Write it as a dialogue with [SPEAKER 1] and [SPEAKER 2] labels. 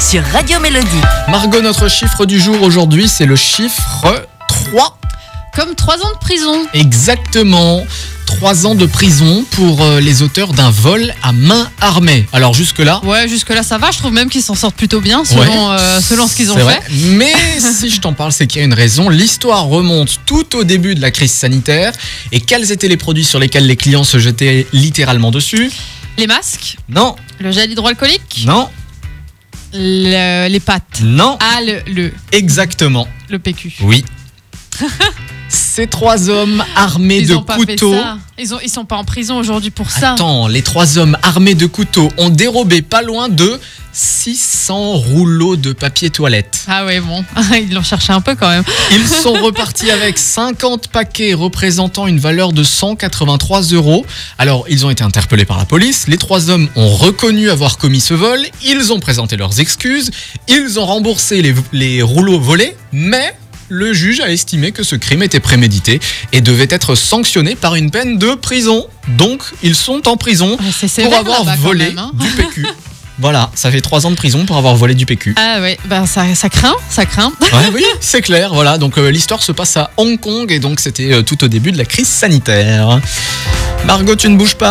[SPEAKER 1] sur Radio Mélodie.
[SPEAKER 2] Margot, notre chiffre du jour aujourd'hui, c'est le chiffre 3.
[SPEAKER 3] Comme trois ans de prison.
[SPEAKER 2] Exactement. Trois ans de prison pour euh, les auteurs d'un vol à main armée. Alors jusque-là,
[SPEAKER 3] Ouais, jusque-là ça va, je trouve même qu'ils s'en sortent plutôt bien selon,
[SPEAKER 2] Ouais.
[SPEAKER 3] euh, selon ce qu'ils ont
[SPEAKER 2] C'est
[SPEAKER 3] fait.
[SPEAKER 2] vrai. Mais si je t'en parle, c'est qu'il y a une raison. L'histoire remonte tout au début de la crise sanitaire. Et quels étaient les produits sur lesquels les clients se jetaient littéralement dessus
[SPEAKER 3] Les masques,
[SPEAKER 2] Non,
[SPEAKER 3] le gel hydroalcoolique,
[SPEAKER 2] non,
[SPEAKER 3] le- les pâtes.
[SPEAKER 2] non.
[SPEAKER 3] Ah, le, le,
[SPEAKER 2] Exactement.
[SPEAKER 3] le PQ.
[SPEAKER 2] Oui. Ces trois hommes armés
[SPEAKER 3] Ils
[SPEAKER 2] de
[SPEAKER 3] ont pas fait
[SPEAKER 2] couteaux.
[SPEAKER 3] ça. Ils, ont, ils sont pas en prison aujourd'hui pour ça.
[SPEAKER 2] Attends, les trois hommes armés de couteaux ont dérobé pas loin de 600 rouleaux de papier toilette.
[SPEAKER 3] Ah ouais, bon, ils l'ont cherché un peu quand même.
[SPEAKER 2] Ils sont repartis avec 50 paquets représentant une valeur de 183 euros. Alors, ils ont été interpellés par la police. Les trois hommes ont reconnu avoir commis ce vol. Ils ont présenté leurs excuses. Ils ont remboursé les, les rouleaux volés. Mais le juge a estimé que ce crime était prémédité et devait être sanctionné par une peine de prison. Donc, ils sont en prison
[SPEAKER 3] Ah, C'est
[SPEAKER 2] pour
[SPEAKER 3] sévère
[SPEAKER 2] avoir
[SPEAKER 3] là-bas, quand
[SPEAKER 2] volé
[SPEAKER 3] même, hein.
[SPEAKER 2] du PQ. voilà, ça fait trois ans de prison pour avoir volé du PQ.
[SPEAKER 3] Ah ouais, ben ça, ça craint, ça craint.
[SPEAKER 2] Ouais, oui, c'est clair. Voilà, donc euh, l'histoire se passe à Hong Kong et donc c'était euh, tout au début de la crise sanitaire. Margot, tu ne bouges pas